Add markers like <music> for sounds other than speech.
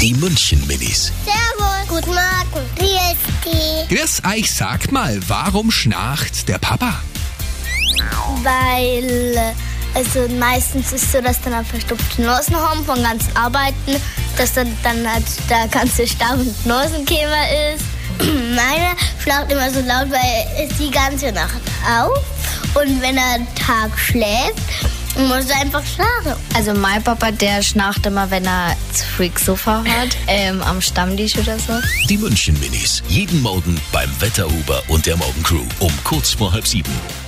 Die München-Minis. Servus. Guten Morgen. Wie ist die? Grüß euch, sagt mal, warum schnarcht der Papa? Weil, äh, also meistens ist so, dass dann eine verstopfte Nosen haben von ganzen Arbeiten, dass dann, dann halt der ganze Stamm und Nosenkäfer ist. <clears throat> Meiner schlaft immer so laut, weil er ist die ganze Nacht auf. Und wenn er Tag schläft, muss er einfach schlafen. Also mein Papa, der schnarcht immer, wenn er zu Freak Sofa hat, ähm, am Stammtisch oder so. Die München-Minis. Jeden Morgen beim Wetterhuber und der Morgencrew um kurz vor halb sieben.